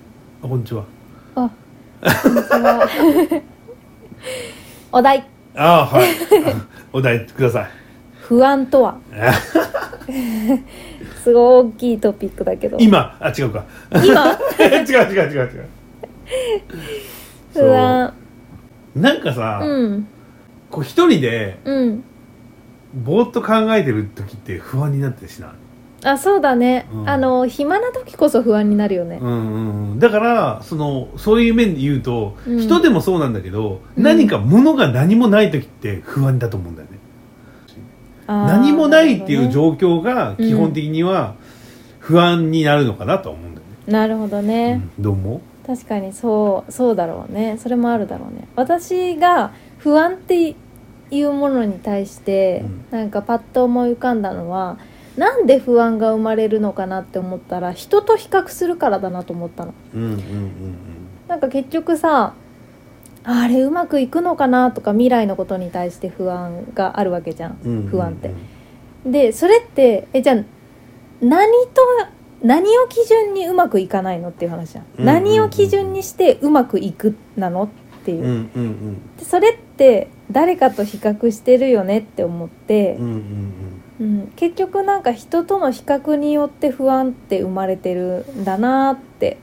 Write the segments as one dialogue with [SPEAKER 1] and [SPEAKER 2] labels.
[SPEAKER 1] ちは
[SPEAKER 2] あ、こんにちは お題
[SPEAKER 1] ああはい お題ください
[SPEAKER 2] 不安とは すごい大きいトピックだけど
[SPEAKER 1] 今あ違うか 違
[SPEAKER 2] 今
[SPEAKER 1] う違う違う違うそう
[SPEAKER 2] 不安
[SPEAKER 1] なんかさ、
[SPEAKER 2] うん
[SPEAKER 1] こう一人で
[SPEAKER 2] うん
[SPEAKER 1] ぼーっと考えてる時って不安になってしな
[SPEAKER 2] あそうだね、
[SPEAKER 1] うん
[SPEAKER 2] あの暇な時こそ不安になるよね
[SPEAKER 1] うんうんうんだからそのそういう面で言うと、
[SPEAKER 2] うん
[SPEAKER 1] 人でもそうなんだけど、
[SPEAKER 2] うん
[SPEAKER 1] 何か物が何もない時って不安だと思うんだよね、何
[SPEAKER 2] 何
[SPEAKER 1] もないっていう状況が基本的には不安になるのかなとは思うんだよね、
[SPEAKER 2] なるほどね、
[SPEAKER 1] うんどう思
[SPEAKER 2] 確かにそうそうだろうねそれもあるだろうね私が不安っていうものに対して、
[SPEAKER 1] うん
[SPEAKER 2] なんかパッと思い浮かんだのはなんで不安が生まれるのかなって思ったら人と比較するからだなと思ったの
[SPEAKER 1] ううんうんうん
[SPEAKER 2] なんか結局さあれうまくいくのかなとか未来のことに対して不安があるわけじゃん、
[SPEAKER 1] うんうんうん
[SPEAKER 2] 不安ってでそれってえじゃあ何と何を基準にうまくいかないのっていう話じゃん,、
[SPEAKER 1] うん
[SPEAKER 2] 何を基準にしてうまくいくなのっていうう、
[SPEAKER 1] んうんうん
[SPEAKER 2] でそれって誰かと比較してるよねって思って
[SPEAKER 1] うんう、ん
[SPEAKER 2] うん結局なんか人との比較によって不安って生まれてるんだなって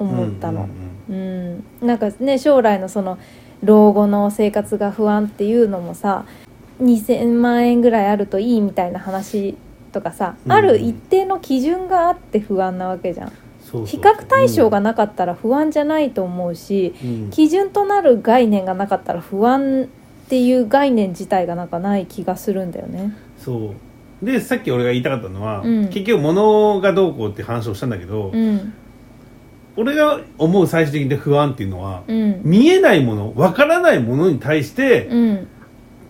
[SPEAKER 1] うん
[SPEAKER 2] 思ったの、
[SPEAKER 1] うん
[SPEAKER 2] うん、なんかね将来のその老後の生活が不安っていうのもさ2,000万円ぐらいあるといいみたいな話とかさ、
[SPEAKER 1] うん
[SPEAKER 2] ある一定の基準があって不安なわけじゃん
[SPEAKER 1] そうそう
[SPEAKER 2] 比較対象がなかったら不安じゃないと思うし
[SPEAKER 1] うん
[SPEAKER 2] 基準となる概念がなかったら不安っていう概念自体がなんかない気がするんだよね。
[SPEAKER 1] そうでさっき俺が言いたかったのは、
[SPEAKER 2] うん
[SPEAKER 1] 結局物がどうこうって話をしたんだけど、
[SPEAKER 2] うん、
[SPEAKER 1] 俺が思う最終的に不安っていうのは、
[SPEAKER 2] うん、
[SPEAKER 1] 見えないものわからないものに対して、
[SPEAKER 2] うん、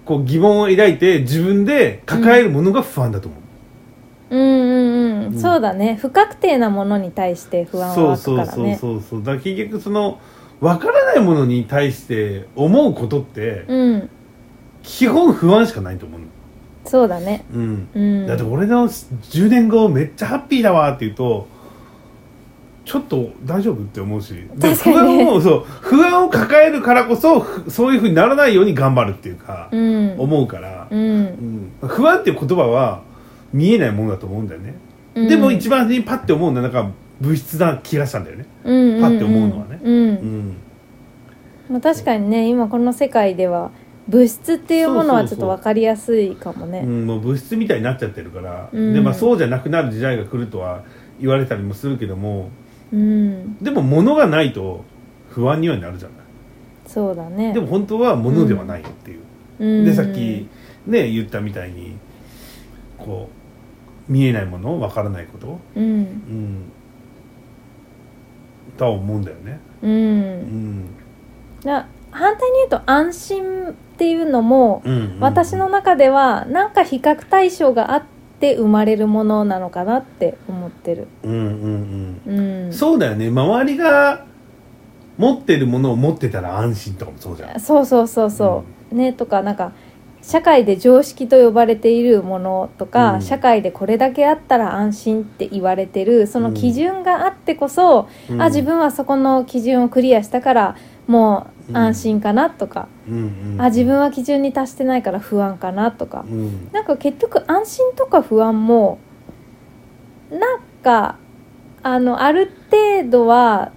[SPEAKER 1] こう疑問を抱いて自分で抱えるものが不安だと思う、
[SPEAKER 2] うんうん
[SPEAKER 1] う
[SPEAKER 2] うんんそうだね不確定なものに対して不安は
[SPEAKER 1] そう
[SPEAKER 2] 湧く
[SPEAKER 1] そ
[SPEAKER 2] か
[SPEAKER 1] うそう
[SPEAKER 2] らね。
[SPEAKER 1] そうそうだから結局そのわからないものに対して思うことって
[SPEAKER 2] うん
[SPEAKER 1] 基本不安しかないと思うの
[SPEAKER 2] そうだね。
[SPEAKER 1] うん、
[SPEAKER 2] うん。
[SPEAKER 1] だって俺の10年後めっちゃハッピーだわって言うとちょっと大丈夫って思うしで
[SPEAKER 2] 確かにね
[SPEAKER 1] 不安をそう不安を抱えるからこそふそういうふうにならないように頑張るっていうか、
[SPEAKER 2] うん。
[SPEAKER 1] 思うから、
[SPEAKER 2] うん。
[SPEAKER 1] うん不安っていう言葉は見えないものだと思うんだよね、
[SPEAKER 2] うん
[SPEAKER 1] でも一番にパッて思うのはなんか物質な気がしたんだよね、
[SPEAKER 2] うんうんうん
[SPEAKER 1] パッて思うのはね
[SPEAKER 2] うん。
[SPEAKER 1] うん、
[SPEAKER 2] まあ確かにね、今この世界では物質っていうものはちょっとわかりやすいかも
[SPEAKER 1] う
[SPEAKER 2] ね。
[SPEAKER 1] んもう物質みたいになっちゃってるから、
[SPEAKER 2] うん
[SPEAKER 1] でまあ、そうじゃなくなる時代が来るとは言われたりもするけども
[SPEAKER 2] うん。
[SPEAKER 1] でも物がないと不安にはなるじゃない
[SPEAKER 2] そうだね。
[SPEAKER 1] でも本当は物ではないっていう、
[SPEAKER 2] うん、
[SPEAKER 1] でさっきね言ったみたいにこう見えないものわからないこと、
[SPEAKER 2] うん。
[SPEAKER 1] うん、とは思うんだよね
[SPEAKER 2] う。
[SPEAKER 1] うんん
[SPEAKER 2] だ反対に言うと安心っていうのも、
[SPEAKER 1] うんうんうん
[SPEAKER 2] 私の中ではなんか比較対象があって生まれるものなのかなって思ってる。
[SPEAKER 1] うんうん
[SPEAKER 2] うん。
[SPEAKER 1] うんそうだよね周りが持ってるものを持ってたら安心とかもそうじゃん
[SPEAKER 2] そうそうそうそう、ねとかなんか社会で常識と呼ばれているものとか、
[SPEAKER 1] うん
[SPEAKER 2] 社会でこれだけあったら安心って言われてるその基準があってこそ、
[SPEAKER 1] うん
[SPEAKER 2] あ自分はそこの基準をクリアしたからもう安心かなとか、
[SPEAKER 1] うんうん
[SPEAKER 2] あ自分は基準に達してないから不安かなとか、
[SPEAKER 1] うん
[SPEAKER 2] なんか結局安心とか不安もなんかあのある程度は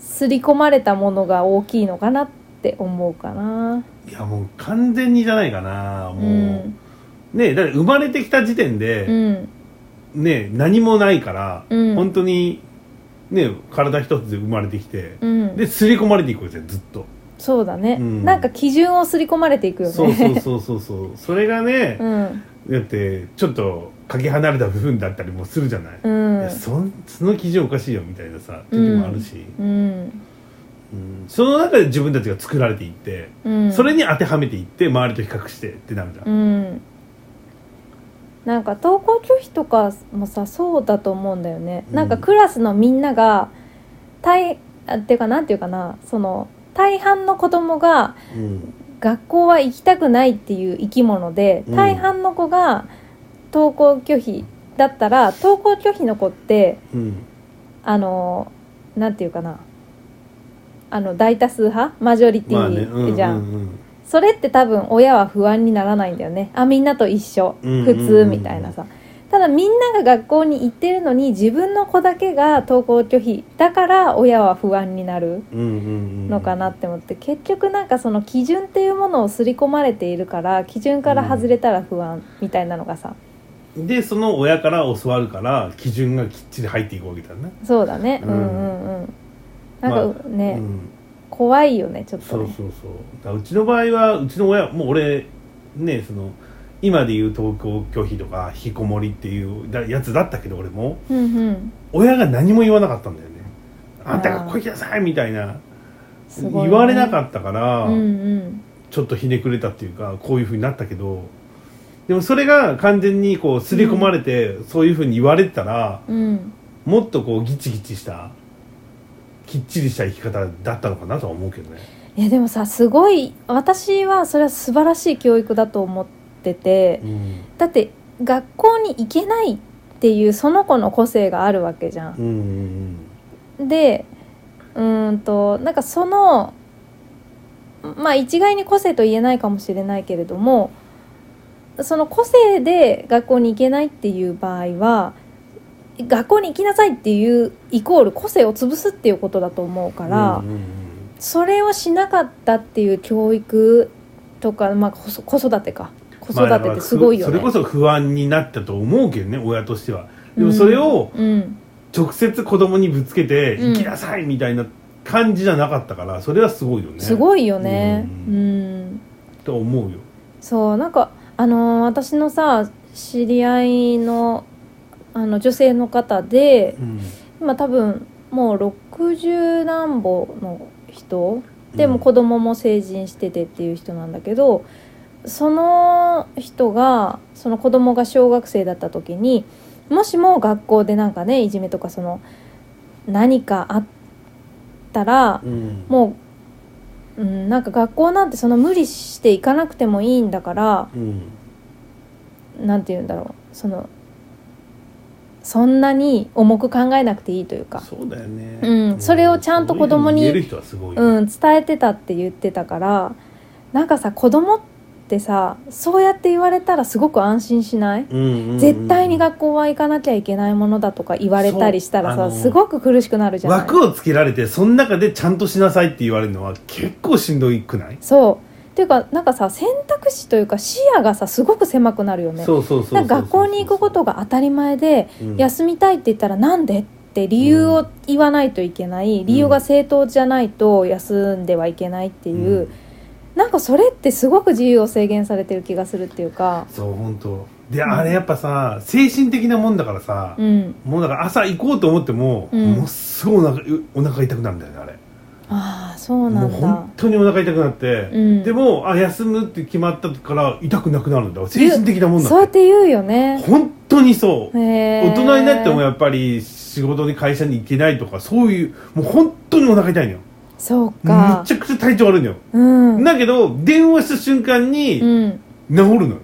[SPEAKER 2] 刷り込まれたものが大きいのかなって思うかな。
[SPEAKER 1] いやもう完全にじゃないかなもう、ねだって生まれてきた時点
[SPEAKER 2] う
[SPEAKER 1] で、
[SPEAKER 2] ん
[SPEAKER 1] ね何もないから、
[SPEAKER 2] うん
[SPEAKER 1] 本当にね体一つで生まれてきて、
[SPEAKER 2] うん、
[SPEAKER 1] で刷り込まれていくわけじゃんずっと、
[SPEAKER 2] そうだね、
[SPEAKER 1] うん
[SPEAKER 2] なんか基準を刷り込まれていくよね
[SPEAKER 1] そうそうそうそうそう それがね、
[SPEAKER 2] うん
[SPEAKER 1] だってちょっとかけ離れた部分だったりもするじゃない、
[SPEAKER 2] うん
[SPEAKER 1] いやそんその基準おかしいよみたいなさ時もあるし、
[SPEAKER 2] うん
[SPEAKER 1] うんその中で自分たちが作られていって、
[SPEAKER 2] うん
[SPEAKER 1] それに当てはめていって周りと比較してってなるじゃん、
[SPEAKER 2] うんなんか登校拒否とかもさそうだと思うんだよね、
[SPEAKER 1] うん
[SPEAKER 2] なんかクラスのみんなが大あっていうかなんていうかなその大半の子供が
[SPEAKER 1] うん
[SPEAKER 2] 学校は行きたくないっていう生き物で
[SPEAKER 1] うん
[SPEAKER 2] 大半の子が登校拒否だったら登校拒否の子って
[SPEAKER 1] うん
[SPEAKER 2] あのなんていうかなあの大多数派マジョリテ
[SPEAKER 1] まあね、うんう
[SPEAKER 2] ィ
[SPEAKER 1] ん
[SPEAKER 2] じゃん、
[SPEAKER 1] うん、
[SPEAKER 2] それって多分親は不安にならないんだよねあみんなと一緒
[SPEAKER 1] うん
[SPEAKER 2] 普通みたいなさただみんなが学校に行ってるのに自分の子だけが登校拒否だから親は不安になる
[SPEAKER 1] うんうんうん、
[SPEAKER 2] のかなって思って結局なんかその基準っていうものを刷り込まれているから基準から外れたら不安みたいなのがさ
[SPEAKER 1] でその親から教わるから基準がきっちり入っていくわけだね
[SPEAKER 2] そうだねう
[SPEAKER 1] うんん
[SPEAKER 2] うんうんなんかね、
[SPEAKER 1] うん、
[SPEAKER 2] 怖いよねちょっと
[SPEAKER 1] そう
[SPEAKER 2] ね
[SPEAKER 1] そうそうだからうちの場合はうちの親もう俺ねその今で言う登校拒否とか引きこもりっていうだやつだったけど俺も
[SPEAKER 2] うんうん
[SPEAKER 1] 親が何も言わなかったんだよね
[SPEAKER 2] あー
[SPEAKER 1] あんたが来いきなさいみたいな
[SPEAKER 2] すごいね
[SPEAKER 1] 言われなかったから、
[SPEAKER 2] うんうん
[SPEAKER 1] ちょっとひねくれたっていうかこういうふうになったけどでもそれが完全にこう刷り込まれて、そういうふうに言われてたら
[SPEAKER 2] うん
[SPEAKER 1] もっとこうギチギチしたきっちりした生き方だったのかなとは思うけどね。
[SPEAKER 2] いやでもさすごい私はそれは素晴らしい教育だと思ってて
[SPEAKER 1] うん
[SPEAKER 2] だって学校に行けないっていうその子の個性があるわけじゃ。
[SPEAKER 1] うんんうん
[SPEAKER 2] でうーんとなんかそのまあ一概に個性と言えないかもしれないけれどもその個性で学校に行けないっていう場合は学校に行きなさいっていうイコール個性を潰すっていうことだと思うから。
[SPEAKER 1] うんうんうん
[SPEAKER 2] それをしなかったっていう教育とか、まあ、こそ子育てか子
[SPEAKER 1] まあだ
[SPEAKER 2] 育
[SPEAKER 1] か
[SPEAKER 2] てっ
[SPEAKER 1] ら
[SPEAKER 2] てすごいよ
[SPEAKER 1] そ
[SPEAKER 2] ね、
[SPEAKER 1] れこそ不安になったと思うけどね親としてはでもそれを
[SPEAKER 2] うん
[SPEAKER 1] 直接子供にぶつけて「
[SPEAKER 2] うん
[SPEAKER 1] 行きなさい」みたいな感じじゃなかったからそれはすごいよね
[SPEAKER 2] すごいよねう、
[SPEAKER 1] うんんと思うよ
[SPEAKER 2] そうなんかあのー私のさ知り合いのあの女性の方で
[SPEAKER 1] うん
[SPEAKER 2] 今多分もう60何歩の人でも子供も成人しててっていう人なんだけどその人がその子供が小学生だった時にもしも学校でなんかねいじめとかその何かあったら
[SPEAKER 1] うん
[SPEAKER 2] もう、うん、なんか学校なんてその無理していかなくてもいいんだから
[SPEAKER 1] うん
[SPEAKER 2] なんて言うんだろうそのそんなに重く考えなくていいというか
[SPEAKER 1] そうだよね
[SPEAKER 2] うんそれをちゃんと子供に
[SPEAKER 1] そういうふう言える人はすごいよ
[SPEAKER 2] うん、伝えてたって言ってたからなんかさ子供ってさそうやって言われたらすごく安心しない、
[SPEAKER 1] うんうんうん
[SPEAKER 2] 絶対に学校は行かなきゃいけないものだとか言われたりしたら
[SPEAKER 1] そう
[SPEAKER 2] さ、
[SPEAKER 1] あの
[SPEAKER 2] すごく苦しくなるじゃない
[SPEAKER 1] 枠をつけられてその中でちゃんとしなさいって言われるのは結構しんどいくない
[SPEAKER 2] そうっていうかなんかさ選択肢というか視野がさすごく狭くなるよね
[SPEAKER 1] そうそうそうそう
[SPEAKER 2] なんか学校に行くことが当たり前で、
[SPEAKER 1] うん
[SPEAKER 2] 休みたいって言ったらなんでって理由を言わないといけない、理由が正当じゃないと休んではいけないっていう、
[SPEAKER 1] うん
[SPEAKER 2] なんかそれってすごく自由を制限されてる気がするっていうか
[SPEAKER 1] そう本当で、
[SPEAKER 2] ん
[SPEAKER 1] あれやっぱさ精神的なもんだからさ、
[SPEAKER 2] うん
[SPEAKER 1] もうだから朝行こうと思っても、
[SPEAKER 2] うん
[SPEAKER 1] もうすごいお腹お腹痛くなるんだよねあれ
[SPEAKER 2] ああそうな
[SPEAKER 1] もうん
[SPEAKER 2] だ
[SPEAKER 1] 本当にお腹痛くなって、
[SPEAKER 2] うん
[SPEAKER 1] でもあ休むって決まったから痛くなくなるんだ精神的なもんだ
[SPEAKER 2] そうやって言うよね
[SPEAKER 1] 本当にそう、
[SPEAKER 2] 大
[SPEAKER 1] 大人になってもやっぱり仕事に会社に行けないとかそういうもう本当にお腹痛いのよ
[SPEAKER 2] そう
[SPEAKER 1] め
[SPEAKER 2] か
[SPEAKER 1] ちゃくちゃ体調悪いのよ、
[SPEAKER 2] うん、
[SPEAKER 1] だけど電話した瞬間
[SPEAKER 2] う
[SPEAKER 1] に
[SPEAKER 2] ん、
[SPEAKER 1] 治るのよ、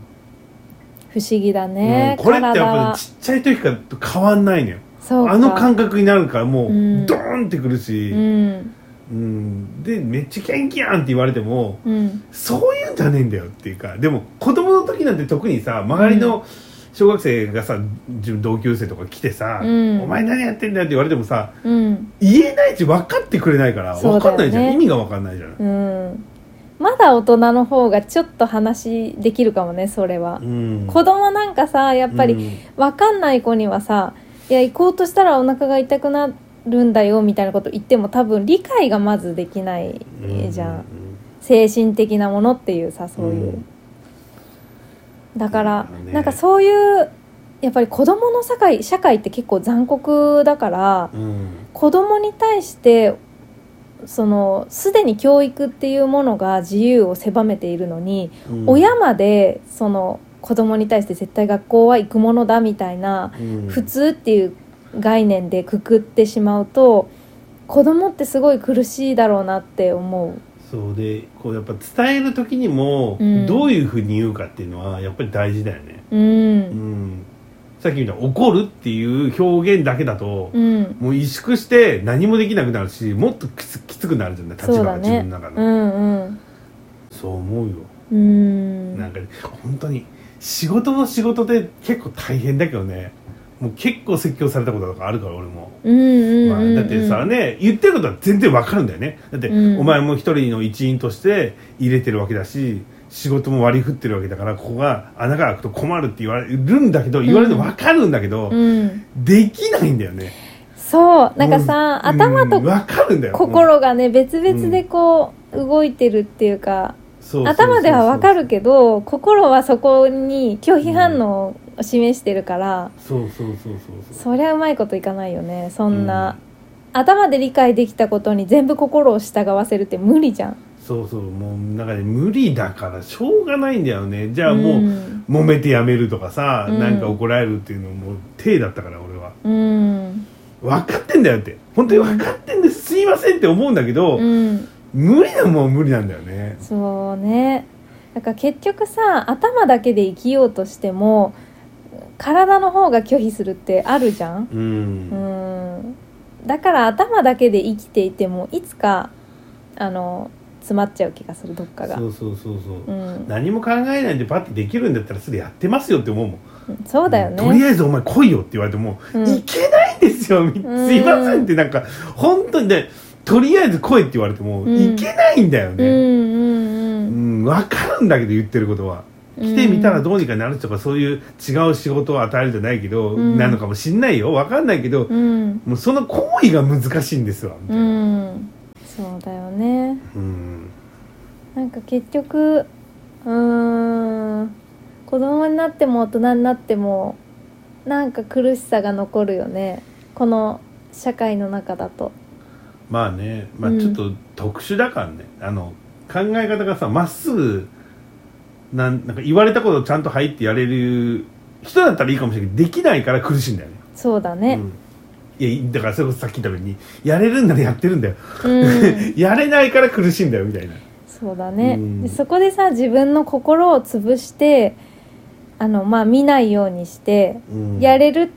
[SPEAKER 2] 不思議だね、
[SPEAKER 1] うんこれってやっ
[SPEAKER 2] 体
[SPEAKER 1] ぱ
[SPEAKER 2] は
[SPEAKER 1] りちっちゃい時から変わんないのよ
[SPEAKER 2] そうか
[SPEAKER 1] あの感覚になるからもう
[SPEAKER 2] うん
[SPEAKER 1] ドーンってくるし、
[SPEAKER 2] うん
[SPEAKER 1] うん、でめっちゃ元気やんって言われても
[SPEAKER 2] うん
[SPEAKER 1] そういうんじゃねえんだよっていうかでも子供の時なんて特にさ周りの小学生がさ自分同級生とか来てさ「
[SPEAKER 2] うん
[SPEAKER 1] お前何やってんだよ」って言われてもさ
[SPEAKER 2] うん
[SPEAKER 1] 言えないし分かってくれないから
[SPEAKER 2] そうだよ
[SPEAKER 1] 分かん
[SPEAKER 2] ね
[SPEAKER 1] ないじゃん、意味が分かんないじゃん。
[SPEAKER 2] うんまだ大人の方がちょっと話できるかもねそれは、
[SPEAKER 1] うん、
[SPEAKER 2] 子供なんかさやっぱり、
[SPEAKER 1] うん
[SPEAKER 2] わかんない子にはさ「いや行こうとしたらお腹が痛くなるんだよ」みたいなこと言っても多分理解がまずできないじゃん、精神的なものっていうさそういう、
[SPEAKER 1] うん
[SPEAKER 2] だから、
[SPEAKER 1] そうだね
[SPEAKER 2] なんかそういうやっぱり子どもの社会社会って結構残酷だから
[SPEAKER 1] うんうん
[SPEAKER 2] 子どもに対してそのすでに教育っていうものが自由を狭めているのに、
[SPEAKER 1] うん
[SPEAKER 2] 親までその子供に対して絶対学校は行くものだみたいな
[SPEAKER 1] うん
[SPEAKER 2] 普通っていう概念でくくってしまうと子供ってすごい苦しいだろうなって思う
[SPEAKER 1] そうでこうやっぱ伝える時にも
[SPEAKER 2] うん
[SPEAKER 1] どういうふうに言うかっていうのはやっぱり大事だよね。
[SPEAKER 2] うん
[SPEAKER 1] うん、さっきみたいに怒るっていう表現だけだと、
[SPEAKER 2] うん
[SPEAKER 1] もう萎縮して何もできなくなるしもっときつきつくなるじゃない立
[SPEAKER 2] そ
[SPEAKER 1] 場
[SPEAKER 2] う
[SPEAKER 1] が
[SPEAKER 2] だ
[SPEAKER 1] 自分
[SPEAKER 2] ね
[SPEAKER 1] の中
[SPEAKER 2] う
[SPEAKER 1] の、
[SPEAKER 2] んうん
[SPEAKER 1] そう思うよ、
[SPEAKER 2] うーん
[SPEAKER 1] なんかね本当に仕事も仕事で結構大変だけどねもう結構説教されたこととかあるから俺も、
[SPEAKER 2] うんうんうんうん
[SPEAKER 1] まあ、だってさね言ってることは全然わかるんだよねだって、
[SPEAKER 2] うん
[SPEAKER 1] お前も一人の一員として入れてるわけだし仕事も割り振ってるわけだからここが穴が開くと困るって言われるんだけど言われるのわかるんだけど、
[SPEAKER 2] うん
[SPEAKER 1] できないんだよね
[SPEAKER 2] そうなんかさ
[SPEAKER 1] もう
[SPEAKER 2] 頭と
[SPEAKER 1] うんわかるんだよ
[SPEAKER 2] 心がね別々でこう動いてるっていうか頭ではわか
[SPEAKER 1] る
[SPEAKER 2] るけど心はそこに拒否反応を示してるから
[SPEAKER 1] そうそうそうそうそう
[SPEAKER 2] そりゃうまいこといかないよねそんな頭で理解できたことに全部心を従わせるって無理じゃん
[SPEAKER 1] そうそうもうなんかね無理だからしょうがないんだよねじゃあもう、
[SPEAKER 2] うん
[SPEAKER 1] 揉めてやめるとかさ、
[SPEAKER 2] うん
[SPEAKER 1] なんか怒られるっていうのも手だったから俺は
[SPEAKER 2] うん
[SPEAKER 1] 分かってんだよって本当に分かってんですすいませんって思うんだけど、
[SPEAKER 2] うん
[SPEAKER 1] 無理なもんは無理なんだよね
[SPEAKER 2] そうねだから結局さ頭だけで生きようとしても体の方が拒否するってあるじゃん
[SPEAKER 1] うん、
[SPEAKER 2] うんだから頭だけで生きていてもいつかあの詰まっちゃう気がするどっかが
[SPEAKER 1] そうそうそうそう、
[SPEAKER 2] うん、
[SPEAKER 1] 何も考えないでパッてできるんだったらすぐやってますよって思うもん
[SPEAKER 2] そうだよ
[SPEAKER 1] とり
[SPEAKER 2] ね
[SPEAKER 1] あえずお前来いよって言われても、
[SPEAKER 2] うん
[SPEAKER 1] いけないんですよみす
[SPEAKER 2] うん
[SPEAKER 1] いませんってなんか本当にねとりあえず来いって言われても、
[SPEAKER 2] うん
[SPEAKER 1] いけないんだよ
[SPEAKER 2] うん
[SPEAKER 1] ね、
[SPEAKER 2] う
[SPEAKER 1] う
[SPEAKER 2] んうん
[SPEAKER 1] ん分かるんだけど言ってることは来てみたらどうにかなるとかそういう違う仕事を与えるじゃないけど、
[SPEAKER 2] うん
[SPEAKER 1] なのかもしんないよ分かんないけど、
[SPEAKER 2] うん
[SPEAKER 1] もうその行為が難しいんですわみた
[SPEAKER 2] う
[SPEAKER 1] いな、
[SPEAKER 2] んそうだよね
[SPEAKER 1] うん
[SPEAKER 2] なんか結局うーん子供になっても大人になってもなんか苦しさが残るよねこの社会の中だと
[SPEAKER 1] まあね、まあ、
[SPEAKER 2] うん
[SPEAKER 1] ちょっと特殊だからね、あの考え方がさまっすぐなんなんか言われたことをちゃんと入ってやれる人だったらいいかもしれないけどできないから苦しいんだよね。
[SPEAKER 2] そうだね
[SPEAKER 1] うん、いやだからそれこそさっき言ったようにやれるんならやってるんだよ、
[SPEAKER 2] うん、
[SPEAKER 1] やれないから苦しいんだよみたいな。
[SPEAKER 2] そうだね、
[SPEAKER 1] うん
[SPEAKER 2] でそこでさ自分の心を潰してあのまあ見ないようにして
[SPEAKER 1] うん
[SPEAKER 2] やれるっ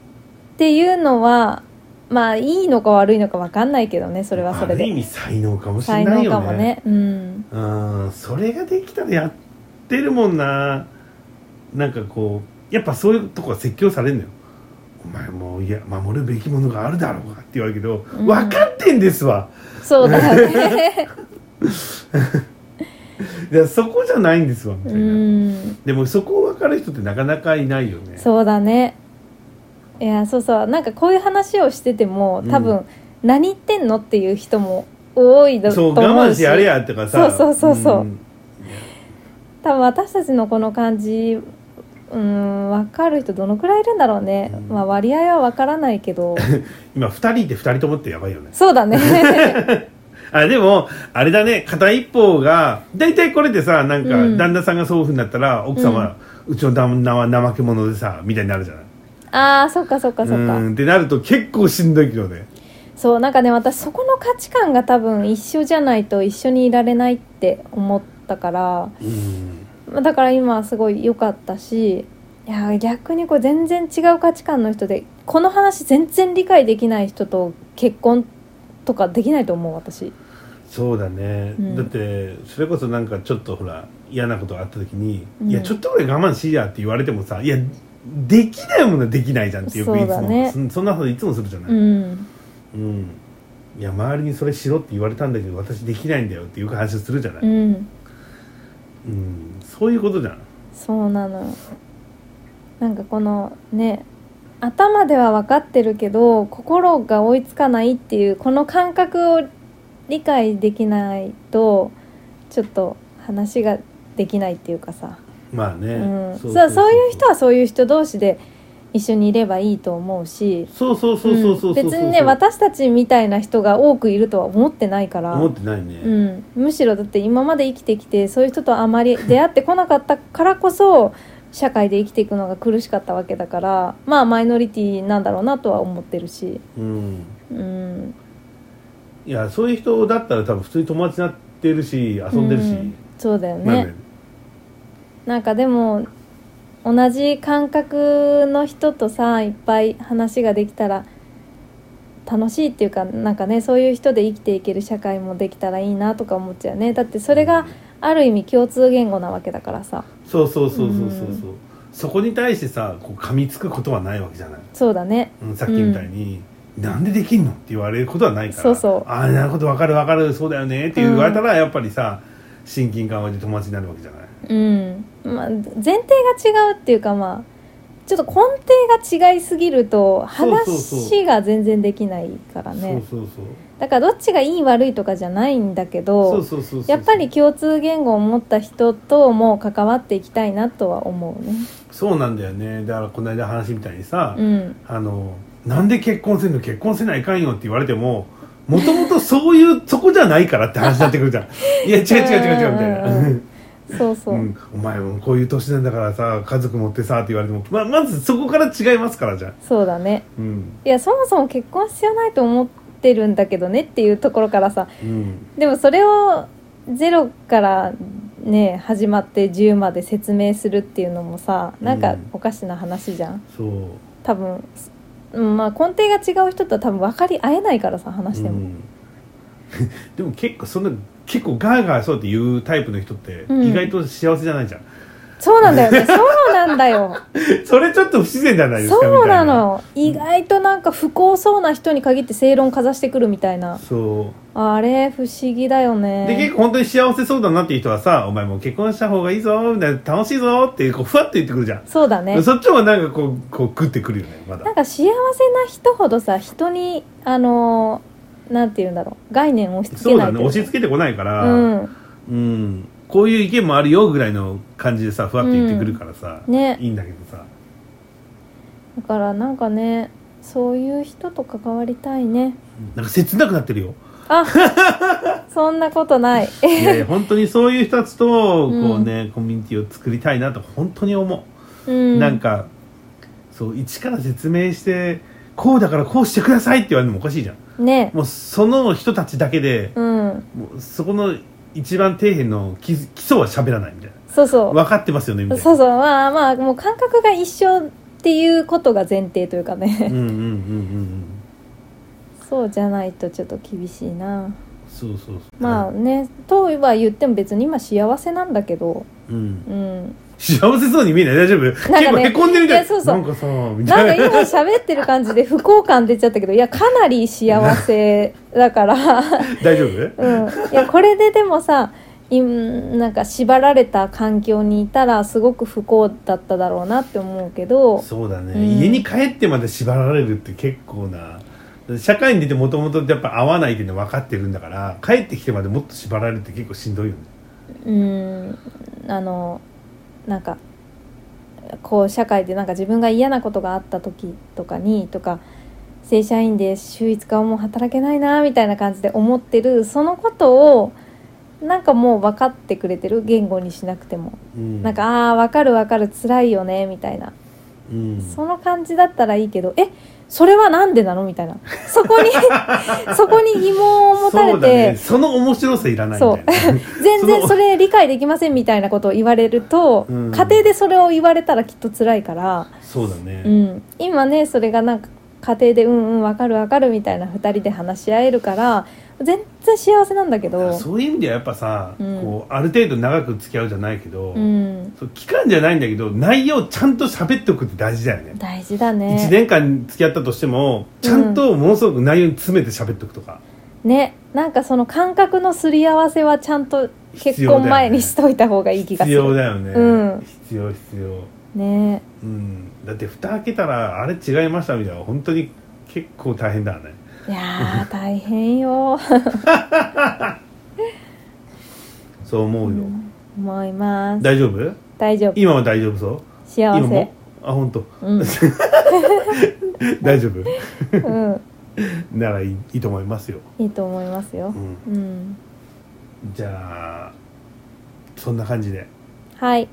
[SPEAKER 2] ていうのはまあいいのか悪いのか分かんないけどねそれはそれ
[SPEAKER 1] ある意
[SPEAKER 2] で
[SPEAKER 1] 味才能かもしれ
[SPEAKER 2] 才
[SPEAKER 1] ない
[SPEAKER 2] 能か
[SPEAKER 1] よ
[SPEAKER 2] も
[SPEAKER 1] ね
[SPEAKER 2] ねうん
[SPEAKER 1] うんそれができたらやってるもんななんかこうやっぱそういうとこは説教されるのよお前もういや守るべきものがあるだろうかって言われるけど、
[SPEAKER 2] うん
[SPEAKER 1] 分かってんですわ
[SPEAKER 2] そうだ よね
[SPEAKER 1] いやそこじゃないんですわみたいうな、
[SPEAKER 2] ん
[SPEAKER 1] でもそこを分かる人ってなかなかいないよね
[SPEAKER 2] そうだねいやそうそうなんかこういう話をしてても多分、
[SPEAKER 1] う
[SPEAKER 2] 何言ってんのっていう人も多いだと
[SPEAKER 1] そう
[SPEAKER 2] 思うし
[SPEAKER 1] 我慢してやれやとかさ
[SPEAKER 2] そうそうそうそうん多分私たちのこの感じうん分かる人どのくらいいるんだろうね、
[SPEAKER 1] うん
[SPEAKER 2] まあ割合は分からない けど
[SPEAKER 1] 今2人いて2人ともってやばいよね
[SPEAKER 2] そうだね
[SPEAKER 1] あでもあれだね片一方が大体これでさなん
[SPEAKER 2] う
[SPEAKER 1] か
[SPEAKER 2] ん
[SPEAKER 1] 旦那さんがそういうふうになったら奥さんは、うちの旦那は怠け者でさみたいになるじゃない
[SPEAKER 2] ああそっかそっかそっ
[SPEAKER 1] う
[SPEAKER 2] か
[SPEAKER 1] んってなると結構しんどいけどね
[SPEAKER 2] そうなんかね私そこの価値観が多分一緒じゃないと一緒にいられないって思ったから
[SPEAKER 1] うん
[SPEAKER 2] まあだから今はすごい良かったしいやー逆にこう全然違う価値観の人でこの話全然理解できない人と結婚とかできないと思う私
[SPEAKER 1] そうだね、
[SPEAKER 2] うん
[SPEAKER 1] だってそれこそなんかちょっとほら嫌なことがあった時に「
[SPEAKER 2] うん
[SPEAKER 1] いやちょっと俺我慢しいや」って言われてもさ「いやできないものはできないじゃん」ってよくいつ
[SPEAKER 2] そうだ
[SPEAKER 1] も
[SPEAKER 2] ね
[SPEAKER 1] そそんなこといつもするじゃない、
[SPEAKER 2] うん
[SPEAKER 1] うんいや周りにそれしろって言われたんだけど私できないんだよっていう話をするじゃない、
[SPEAKER 2] うん
[SPEAKER 1] うんそういうことじゃん
[SPEAKER 2] そうなのよなんかこのね頭では分かってるけど心が追いつかないっていうこの感覚を理解できないとちょっと話ができないっていうかさ
[SPEAKER 1] まあね、
[SPEAKER 2] うん、そうそういう人はそういう人同士で一緒にいればいいと思うし
[SPEAKER 1] そうそうそうそうそううんそう
[SPEAKER 2] 別にね私たちみたいな人が多くいるとは思ってないから、
[SPEAKER 1] 思ってないね、
[SPEAKER 2] うん、むしろだって今まで生きてきてそういう人とあまり 出会ってこなかったからこそ社会で生きていくのが苦しかったわけだからまあマイノリティなんだろうなとは思ってるし、
[SPEAKER 1] うん
[SPEAKER 2] うん、
[SPEAKER 1] いやそういう人だったら多分普通に友達になってるし遊んでるし、
[SPEAKER 2] うそうだよ
[SPEAKER 1] なん
[SPEAKER 2] ね
[SPEAKER 1] で
[SPEAKER 2] なんかでも同じ感覚の人とさいっぱい話ができたら楽しいっていうかなんかねそういう人で生きていける社会もできたらいいなとか思っちゃうよねだってそれがある意味共通言語なわけだからさ
[SPEAKER 1] そうそうそうそうそうそうそこに対してさこう噛みつくことはないわけじゃない、
[SPEAKER 2] そうだね
[SPEAKER 1] うん、さっきみたいに、なんでできんの?」って言われることはないから
[SPEAKER 2] そうそう
[SPEAKER 1] ああなるほどわかるわかるそうだよね」って言われたら、やっぱりさ親近感湧いて友達になるわけじゃない
[SPEAKER 2] うん、まあ、前提が違うっていうかまあちょっと根底が違いすぎると
[SPEAKER 1] そうそうそう
[SPEAKER 2] 話が全然できないからね
[SPEAKER 1] そうそうそう
[SPEAKER 2] だからどっちがいい悪いとかじゃないんだけど
[SPEAKER 1] そうそうそうそう
[SPEAKER 2] やっぱり共通言語を持った人とも関わっていきたいなとは思うね
[SPEAKER 1] そうなんだよねだからこの間の話みたいにさ、
[SPEAKER 2] うん
[SPEAKER 1] あのなんで結婚せんの結婚せないかんよって言われてももともとそういう そこじゃないからって話になってくるじゃんいや違う違う違う違うみたいな。
[SPEAKER 2] うんうんうんそうそう、
[SPEAKER 1] うん、お前もこういう年なんだからさ家族持ってさって言われてもままずそこから違いますからじゃん、
[SPEAKER 2] そうだね
[SPEAKER 1] うん
[SPEAKER 2] いやそもそも結婚必要ないと思ってるんだけどねっていうところからさ
[SPEAKER 1] うん、
[SPEAKER 2] でもそれをゼロからね始まって10まで説明するっていうのもさなん
[SPEAKER 1] う
[SPEAKER 2] か
[SPEAKER 1] ん
[SPEAKER 2] おかしな話じゃん
[SPEAKER 1] そう、
[SPEAKER 2] 多分、うん、まあ根底が違う人とは多分分かり合えないからさ話して
[SPEAKER 1] う
[SPEAKER 2] も、
[SPEAKER 1] ん でも結構そんな結構ガーガーそうって言うタイプの人って
[SPEAKER 2] うん
[SPEAKER 1] 意外と幸せじゃないじゃん、
[SPEAKER 2] そうなん だよねそうなんだよ
[SPEAKER 1] それちょっと不自然じゃないですか
[SPEAKER 2] そうなの
[SPEAKER 1] み
[SPEAKER 2] よ意外となんか不幸そうな人に限って正論かざしてくるみたいな
[SPEAKER 1] たいなそう
[SPEAKER 2] あれ不思議だよ
[SPEAKER 1] で結
[SPEAKER 2] ね
[SPEAKER 1] 構本当に幸せそうだなっていう人はさ「お前もう結婚した方がいいぞ」みたいな「楽しいぞ」ってこうふわって言ってくるじゃん、
[SPEAKER 2] そうだね
[SPEAKER 1] そっちもなんかこうこう食ってくるよねまだ
[SPEAKER 2] なんか幸せな人ほどさ人にあのーなんて言うんだろう概念を押し付
[SPEAKER 1] そ
[SPEAKER 2] け
[SPEAKER 1] う
[SPEAKER 2] な
[SPEAKER 1] だ
[SPEAKER 2] い
[SPEAKER 1] ね
[SPEAKER 2] という
[SPEAKER 1] 押し
[SPEAKER 2] か
[SPEAKER 1] 付けてこないから
[SPEAKER 2] うん
[SPEAKER 1] うんこういう意見もあるよぐらいの感じでさふわって言ってくるからさ、
[SPEAKER 2] ね
[SPEAKER 1] いいんだけどさ
[SPEAKER 2] だからなんかねそういう人と関わりたいね
[SPEAKER 1] なんか切なくなってるよ
[SPEAKER 2] あそんなことない
[SPEAKER 1] いやいや本当にそういう人たちとこ
[SPEAKER 2] うん
[SPEAKER 1] うね、コミュニティを作りたいなと本当に思
[SPEAKER 2] う
[SPEAKER 1] う、
[SPEAKER 2] ん
[SPEAKER 1] なんかそう一から説明してこうだからこうしてくださいって言われるのもおかしいじゃん
[SPEAKER 2] ね
[SPEAKER 1] もうその人たちだけで、
[SPEAKER 2] うん
[SPEAKER 1] もうそこの一番底辺の基基礎は喋らないみたい
[SPEAKER 2] そうそ
[SPEAKER 1] な
[SPEAKER 2] う
[SPEAKER 1] 分かってますよねみたいな
[SPEAKER 2] そうそうまあまあもう感覚が一緒っていうことが前提というかね、
[SPEAKER 1] うんうんうんうんうん
[SPEAKER 2] そうじゃないとちょっと厳しいな
[SPEAKER 1] そうそうそう
[SPEAKER 2] まあねとは言っても別に今幸せなんだけど
[SPEAKER 1] うん
[SPEAKER 2] うん
[SPEAKER 1] 幸せそうに見えない大丈夫、結
[SPEAKER 2] ね
[SPEAKER 1] 構へこんでるじ
[SPEAKER 2] い
[SPEAKER 1] ゃん
[SPEAKER 2] やそうそう
[SPEAKER 1] なんかさみ
[SPEAKER 2] な
[SPEAKER 1] た
[SPEAKER 2] ん
[SPEAKER 1] い
[SPEAKER 2] か
[SPEAKER 1] な
[SPEAKER 2] 今喋ってる感じで不幸感出ちゃったけどいやかなり幸せだから
[SPEAKER 1] 大丈夫
[SPEAKER 2] うんいやこれででもさいなんか縛られた環境にいたらすごく不幸だっただろうなって思うけど
[SPEAKER 1] そうだね、
[SPEAKER 2] うん
[SPEAKER 1] 家に帰ってまで縛られるって結構な社会に出てもともとやっぱ合わないっていうの分かってるんだから帰ってきてまでもっと縛られるって結構しんどいよね
[SPEAKER 2] うんあのなんかこう社会でなんか自分が嫌なことがあった時とかにとか正社員で週5日はもう働けないなみたいな感じで思ってるそのことをなんかもう分かってくれてる言語にしなくても、
[SPEAKER 1] うん
[SPEAKER 2] なんかああ分かる分かる辛いよねみたいな
[SPEAKER 1] うん
[SPEAKER 2] その感じだったらいいけどえそれはなんでなのみたいなそ こにそこに疑問を持た
[SPEAKER 1] そ
[SPEAKER 2] れ
[SPEAKER 1] うだ
[SPEAKER 2] て、
[SPEAKER 1] ねその面白さいらないみたいな
[SPEAKER 2] 全
[SPEAKER 1] その
[SPEAKER 2] 然それ理解できませんみたいなことを言われると、
[SPEAKER 1] うん
[SPEAKER 2] 家庭でそれを言われたらきっと辛いから、
[SPEAKER 1] そうだね、
[SPEAKER 2] うん、今ねそれがなんか家庭でうんうんわかるわかるみたいな2人で話し合えるから全然幸せなんだけど
[SPEAKER 1] そういう意味ではやっぱさ、
[SPEAKER 2] うん
[SPEAKER 1] こうある程度長く付き合うじゃないけど、
[SPEAKER 2] うん、
[SPEAKER 1] そう期間じゃないんだけど内容ちゃんと喋っておくって大事だよね
[SPEAKER 2] 大事だ
[SPEAKER 1] 一1
[SPEAKER 2] ね。
[SPEAKER 1] 年間付き合ったとしてもちゃんとものすごく内容に詰めて喋っておくとか、
[SPEAKER 2] ねなんかその感覚のすり合わせはちゃんと
[SPEAKER 1] 必
[SPEAKER 2] 結
[SPEAKER 1] 要だよね
[SPEAKER 2] 婚前にしといた方がいい気がす
[SPEAKER 1] 必
[SPEAKER 2] る。
[SPEAKER 1] 要だよね、
[SPEAKER 2] うん
[SPEAKER 1] 必要必要、
[SPEAKER 2] ね
[SPEAKER 1] うん、だって蓋開けたらあれ違いましたみたいな本当に結構大変だよね
[SPEAKER 2] いやー大変よ。
[SPEAKER 1] そう思うよ、
[SPEAKER 2] 思います。
[SPEAKER 1] 大丈夫
[SPEAKER 2] 大丈夫
[SPEAKER 1] 今は大丈夫そう
[SPEAKER 2] 幸
[SPEAKER 1] 今
[SPEAKER 2] せ
[SPEAKER 1] も。あ本当
[SPEAKER 2] うん、
[SPEAKER 1] 大丈夫
[SPEAKER 2] うん、
[SPEAKER 1] ならいいいいと思いますよ、
[SPEAKER 2] いいと思いますよ
[SPEAKER 1] う。ん、
[SPEAKER 2] うん
[SPEAKER 1] じゃあそんな感じで
[SPEAKER 2] はい。